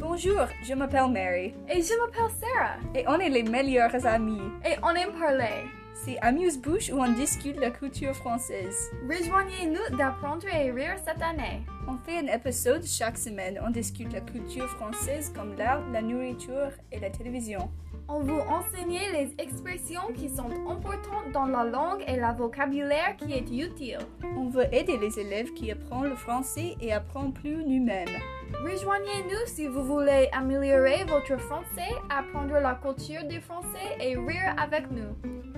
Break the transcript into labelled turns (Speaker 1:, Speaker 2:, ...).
Speaker 1: Bonjour, je m'appelle Mary
Speaker 2: Et je m'appelle Sarah.
Speaker 1: et on est les meilleurs amis.
Speaker 2: Et on aime parler.
Speaker 1: C'est Amuse-Bouche où on discute la culture française.
Speaker 2: Rejoignez-nous d'apprendre et rire cette année.
Speaker 1: On fait un épisode chaque semaine, on discute la culture française comme l'art, la nourriture et la télévision.
Speaker 2: On vous enseigne les expressions qui sont importantes dans la langue et le vocabulaire qui est utile.
Speaker 1: On veut aider les élèves qui apprennent le français et apprennent plus nous-mêmes.
Speaker 2: Rejoignez-nous si vous voulez améliorer votre français, apprendre la culture du français et rire avec nous.